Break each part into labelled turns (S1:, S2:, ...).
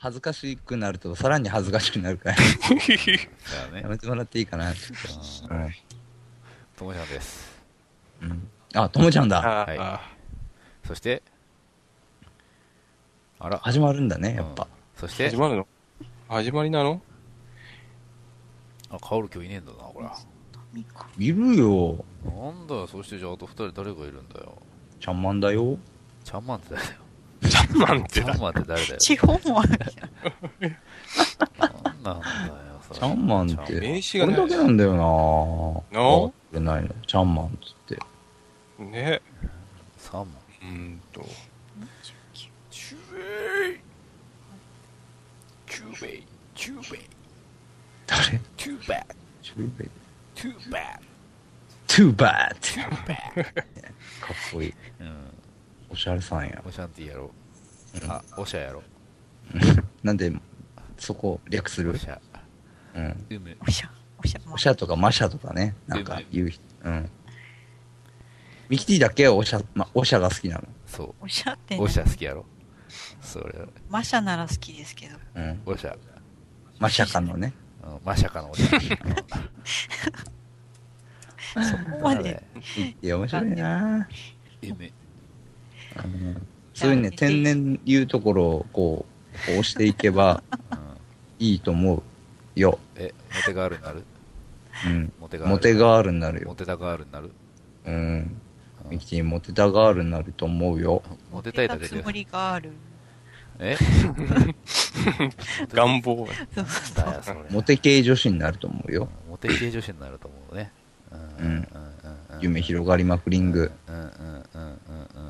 S1: 恥ずかしくなると、さらに恥ずかしくなるから、
S2: だか ら
S1: や
S2: ね。
S1: めてもらっていいかな。
S3: はい。
S2: ともちゃんです。
S1: うんあ、ともちゃんだ。
S3: あ
S2: はい
S3: あ、
S2: そして、あら、
S1: 始まるんだね、やっ
S2: う
S1: ぱ
S2: ん。。そして
S3: 始、まるの始まりなの
S2: あ、カオル今日いねえんだな、ほら。
S1: いるよ。
S2: なんだよ、そしてじゃああと二人誰がいるんだよ。
S1: ちゃんまんだよ。
S2: ちゃんまんって誰だよ。
S3: ジャンマンっ
S2: ち
S3: て
S2: ゃ
S3: だ。
S2: んまんって誰だよ。
S4: 地方もあるけど。
S2: なんなんだよ、それ
S1: ちゃんまんって。
S2: ちゃんまん
S3: 名刺
S1: こ
S3: が
S1: れだけ
S3: ね
S1: なんだよな
S3: な
S1: ぁ。ないの。ちゃんまんっつって。
S3: ね。
S2: サーモン。
S3: うーんと。
S2: チューベイチューベイチューベイ
S1: 誰
S2: チューベイ
S1: チューベイ。
S2: チューベイ
S1: トゥーバー
S2: チュ ーベイ
S1: かっこいい。
S2: うん、
S1: おしゃれさんや。
S2: オシャンティやろう。あ、オシャやろ。
S1: なん で、そこ略す
S2: オ
S1: る
S2: シャ。
S1: うん。
S2: うむ。
S4: おしゃ、おしゃ、
S1: おしゃとかマシャとかね。なんか言う人。うん。ミキティだけはおしゃ、ま、おしゃが好きなの。
S2: そ
S4: おしゃって
S2: う。
S4: ね
S2: オシャ好きやろ。それ、
S4: マシャなら好きですけど。
S1: うん。
S2: オシャ。
S1: マシャかのね。
S2: うんまさかのオシャ。
S4: そこまで。
S1: いや、面白いなぁ。
S2: うむ。
S1: うんそういうね、天然いうところをこう、こう押していけば
S2: うん
S1: いいと思うよ。
S2: え、モテガールになる
S1: うん。
S2: モテガール。
S1: モテガールになる
S2: モ
S1: よ。
S2: テたガールになる
S1: うん。
S2: うん
S1: ミキティモテたガールになると思うよ。
S2: モテたいだけ
S4: つ
S2: で
S4: も。りがある。
S2: え
S3: 願望が。
S4: そうそう
S2: だよ、それ。
S1: モテ系女子になると思うよ。
S2: モテ系女子になると思うね。うんうんうんうん
S1: 夢広がりまくリング。
S2: うんうんうんうんうん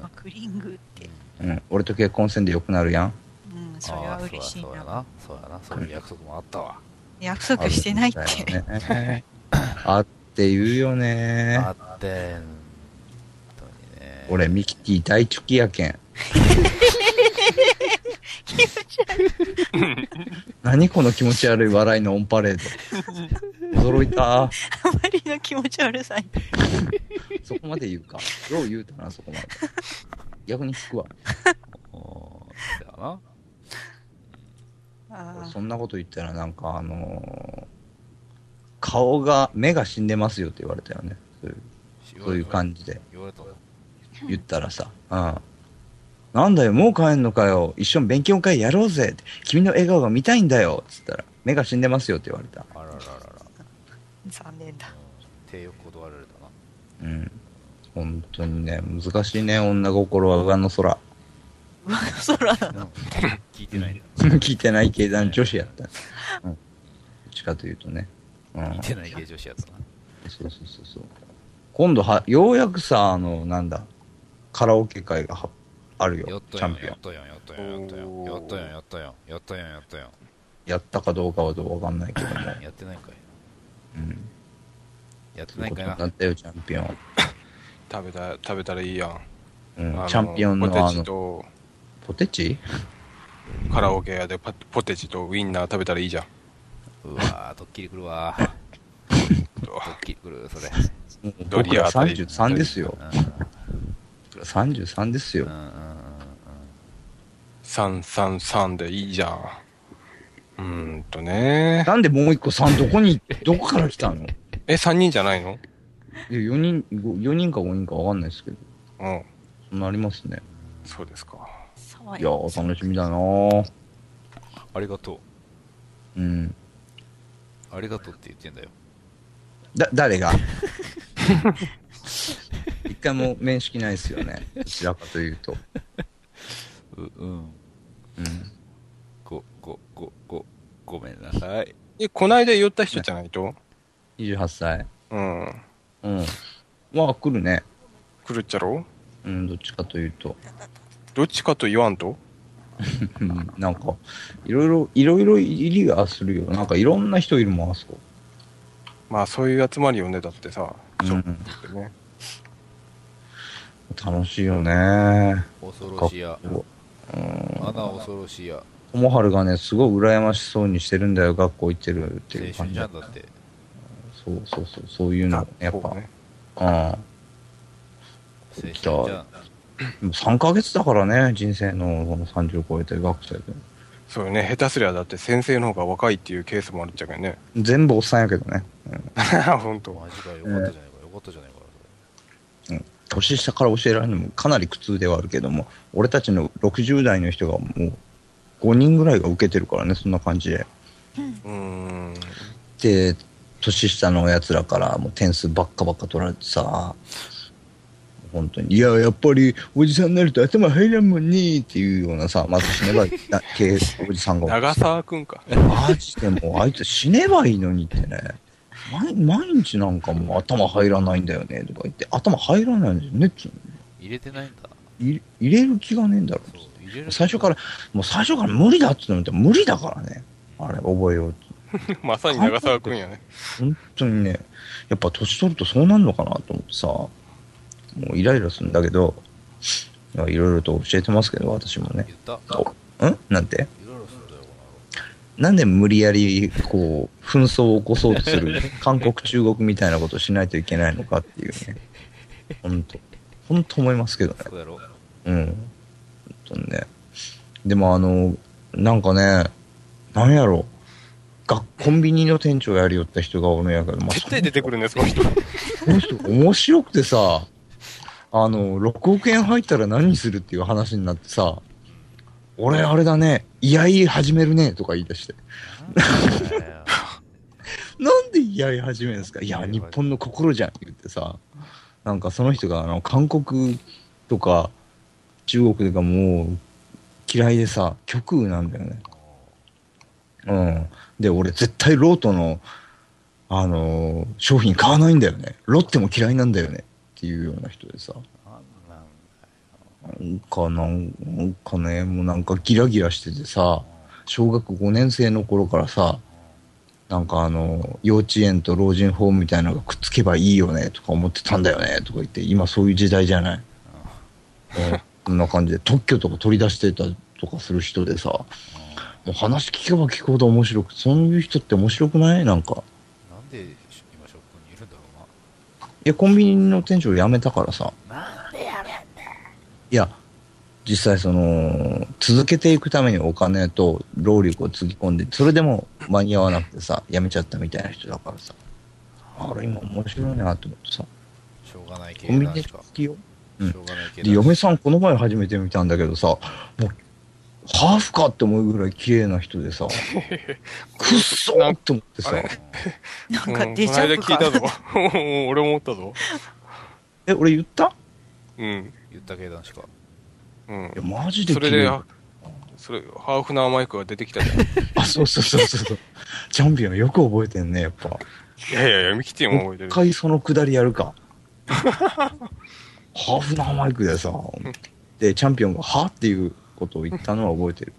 S4: まあ、クリングって。
S1: うん。俺と結婚せんでよくなるやん。
S4: うん、それは嬉しい
S2: あ
S4: な。
S2: あそうやそうやなそうやなそういう約束もあったわ
S4: 約束してないって。
S1: あるんだよねあって言うよね。
S2: あって本当にね
S1: 俺、ミキティ大チュキやけ ん。何この気持ち悪い笑いのオンパレード。驚いた。
S4: あまりの気持ち悪さに。
S1: そこまで言うか。よう言うたな、そこまで。逆に聞くわ。
S2: おーそうやな
S4: あ
S1: そんなこと言ったら、なんか、あのー顔が、目が死んでますよって言われたよね。そういうそういう感じで
S2: 言われたの
S1: 言ったらさ。うん。なんだよ、もう帰んのかよ。一緒に勉強会やろうぜって。君の笑顔が見たいんだよ。つったら、目が死んでますよって言われた。
S2: あららららら
S4: 残念だ。
S2: 低欲断られたな
S1: うん。本当にね、難しいね、女心は上の空。
S4: 上の空だ。
S2: うん聞いてないんだ
S1: 聞いてない系団女子やった。うん。どっちかというとね。うん。
S2: 聞いてない系女子やつな
S1: そうそうそうそう。今度は、ようやくさ、あの、なんだ、カラオケ会がはある
S2: や
S1: よ
S2: っ、
S1: チ
S2: た
S1: ャ
S2: やん
S1: ンピオ
S2: や
S1: ン
S2: っ。たやんやったやんやったやんやったやんやったやんやったやんやったやん
S1: やったかどうかはどうかわかんないけども。
S2: やってないんかい
S1: うん。
S2: やって
S1: そういう
S2: ないん
S1: ことに
S2: かいな
S1: なったよ、チャンピオン。
S3: 食べた、食べたらいいやん。
S1: うん
S3: あ。の
S1: チャンピオンの
S3: ポ
S1: あ
S3: テチ
S1: の、
S3: と、
S1: ポテチ
S3: カラオケ屋でパポテチとウインナー食べたらいいじゃん。
S2: うわードッキリくるわードッキリくるそれ
S3: ド
S1: 僕
S3: リア
S1: ら
S3: あたり
S1: 33ですよ
S2: う。
S1: 僕ら33ですよ
S2: んうんう。んうん
S3: 333でいいじゃん。うーんとね。
S1: なんでもう一個3、どこに、 どこから来たの
S3: え、3人じゃないの
S1: いや、4人、4人か5人かわかんないですけど、
S3: うん。
S1: そうなりますね。
S3: そうですか。
S1: い
S4: 爽
S1: や
S4: や
S1: ー、楽しみだなー
S2: ありがとう。
S1: うん。
S2: ありがとうって言ってんだよ。
S1: だ、誰が 一回も面識ないですよね。どちらかというと。
S2: う、うん。
S1: うん。
S2: ご、ご、ご、ご、ごめんなさい。
S3: え、こないだ寄った人じゃないと
S1: 28歳。
S3: うん。
S1: うん。まあ、来るね。
S3: 来るっちゃろ
S1: うん、どっちかというと。
S3: どっちかと言わんと
S1: うんなんか、いろいろ、いろいろ入りがするよ。なんかいろんな人いるもん、あそこ。
S3: まあそういう集まりよね、だってさ。シ
S1: う
S3: ョッ
S1: ん。
S3: プってね。
S1: 楽しいよね。
S2: 恐ろしや。
S1: うん。
S2: アナ恐ろしや。
S1: ともはるがね、すごい羨ましそうにしてるんだよ、学校行ってるって
S2: 青
S1: いう
S2: 春
S1: 感じ
S2: じゃ。んだって。
S1: そうそうそう、そういうの、やっ
S3: そう
S1: ぱ、
S3: ね
S2: 青春じゃん。
S1: うん。3ヶ月だからね、人生のこの30超えて学生で。
S3: そうよね、下手すりゃだって先生の方が若いっていうケースもあるっちゃけんね。
S1: 全部おっさんやけどね。
S3: 本当。
S2: マジかよかったじゃないか、よかったじゃないか、
S1: 年下から教えられるのもかなり苦痛ではあるけども、俺たちの60代の人がもう5人ぐらいが受けてるからね、そんな感じで。
S3: うーん。
S1: で、年下のやつらからもう点数ばっかばっか取られてさ、本当に、いや、やっぱりおじさんになると頭入らんもんねっていうようなさ、まず死ねばいいな、経営おじさんが。
S3: 長澤くんか。
S1: マジでもうあいつ死ねばいいのにってね毎毎日なんかもう頭入らないんだよねとか言って頭入らないんだよねっつうの
S2: 入れてないんだ。
S1: 入入れる気がねえんだろ
S2: そう、入れ
S1: う
S2: る。
S1: 最初からもう最初から無理だっつうのって無理だからねあれ覚えようって
S3: まさに長澤くんやね。
S1: 本当にねやっぱ年取るとそうなんのかなと思ってさもうイライラするんだけどいろいろと教えてますけど私もね
S2: 言った。い
S1: おんなんて
S2: ろいろするんだよ、こ
S1: なんで無理やりこう紛争を起こそうとす る韓国、中国みたいなことをしないといけないのかっていうね、本当、本当思いますけどね、
S2: の野郎。そうや ろ。
S1: うん、本当にね。でも、あの、なんかね、なんやろが、コンビニの店長やりよった人がおるんやけど、まあ
S3: 絶対出てくるね、その人。
S1: その人面白くてさ、あの、6億円入ったら何するっていう話になってさ、俺、あれだね、居合始めるねとか言い出して。
S2: なんだよ
S1: なんでやり始めるんですかいや、日本の心じゃんって言ってさ、なんかその人があの韓国とか中国とかもう嫌いでさ、極右なんだよね。うん。で、俺絶対ロートの、あのー商品買わないんだよね。ロッテも嫌いなんだよね。っていうような人でさ、
S2: なんなん
S1: なんかなんなんかね、もうなんかギラギラしててさ、小学5年生の頃からさ、なんかあの、幼稚園と老人ホームみたいなのがくっつけばいいよねとか思ってたんだよねとか言って、今そういう時代じゃない。うんこんな感じで特許とか取り出してたとかする人でさ、もう話聞けば聞くほど面白く、そういう人って面白くないなんか。
S2: なんで今ショップにいるんだろ
S1: いや、コンビニの店長辞めたからさ。
S2: うな。なんで
S1: いや、実際その、続けていくためにお金と労力をつぎ込んで、それでも間に合わなくてさ、辞めちゃったみたいな人だからさ。あれ今面白いなと思ってさ。
S2: しょうがない系
S1: コンビニ
S2: 男
S1: で
S2: 子か
S1: 好。きよ。うん
S2: しょうがない系
S1: で、
S2: 男子。
S1: 嫁さんこの前初めて見たんだけどさ、もう、ハーフかって思うぐらい綺麗な人でさ、くっそーって思って
S3: あ
S1: さ
S3: れ、
S4: なん
S3: うん
S4: かデジ
S3: この間
S4: ャブ
S3: 聞い
S4: か
S3: たぞ。 うん俺も思ったぞ。
S1: え、俺言った
S3: うん。
S2: 言った系男子か。
S3: うん
S1: いや、。マジで
S3: そ
S1: 綺
S3: れ
S1: 麗
S3: で、あそれ、ハーフナーマイクが出てきたじゃん。い
S1: あ、そうそうそうそう。チャンピオンよく覚えてんね、やっぱ。
S3: やいやいや、ミキティも
S1: も
S3: 覚
S1: う
S3: えて
S1: 一
S3: る。
S1: 回そのくだりやる か。ハーフナーマイクでさ、で、チャンピオンが、はっていうことを言ったのは覚えてる。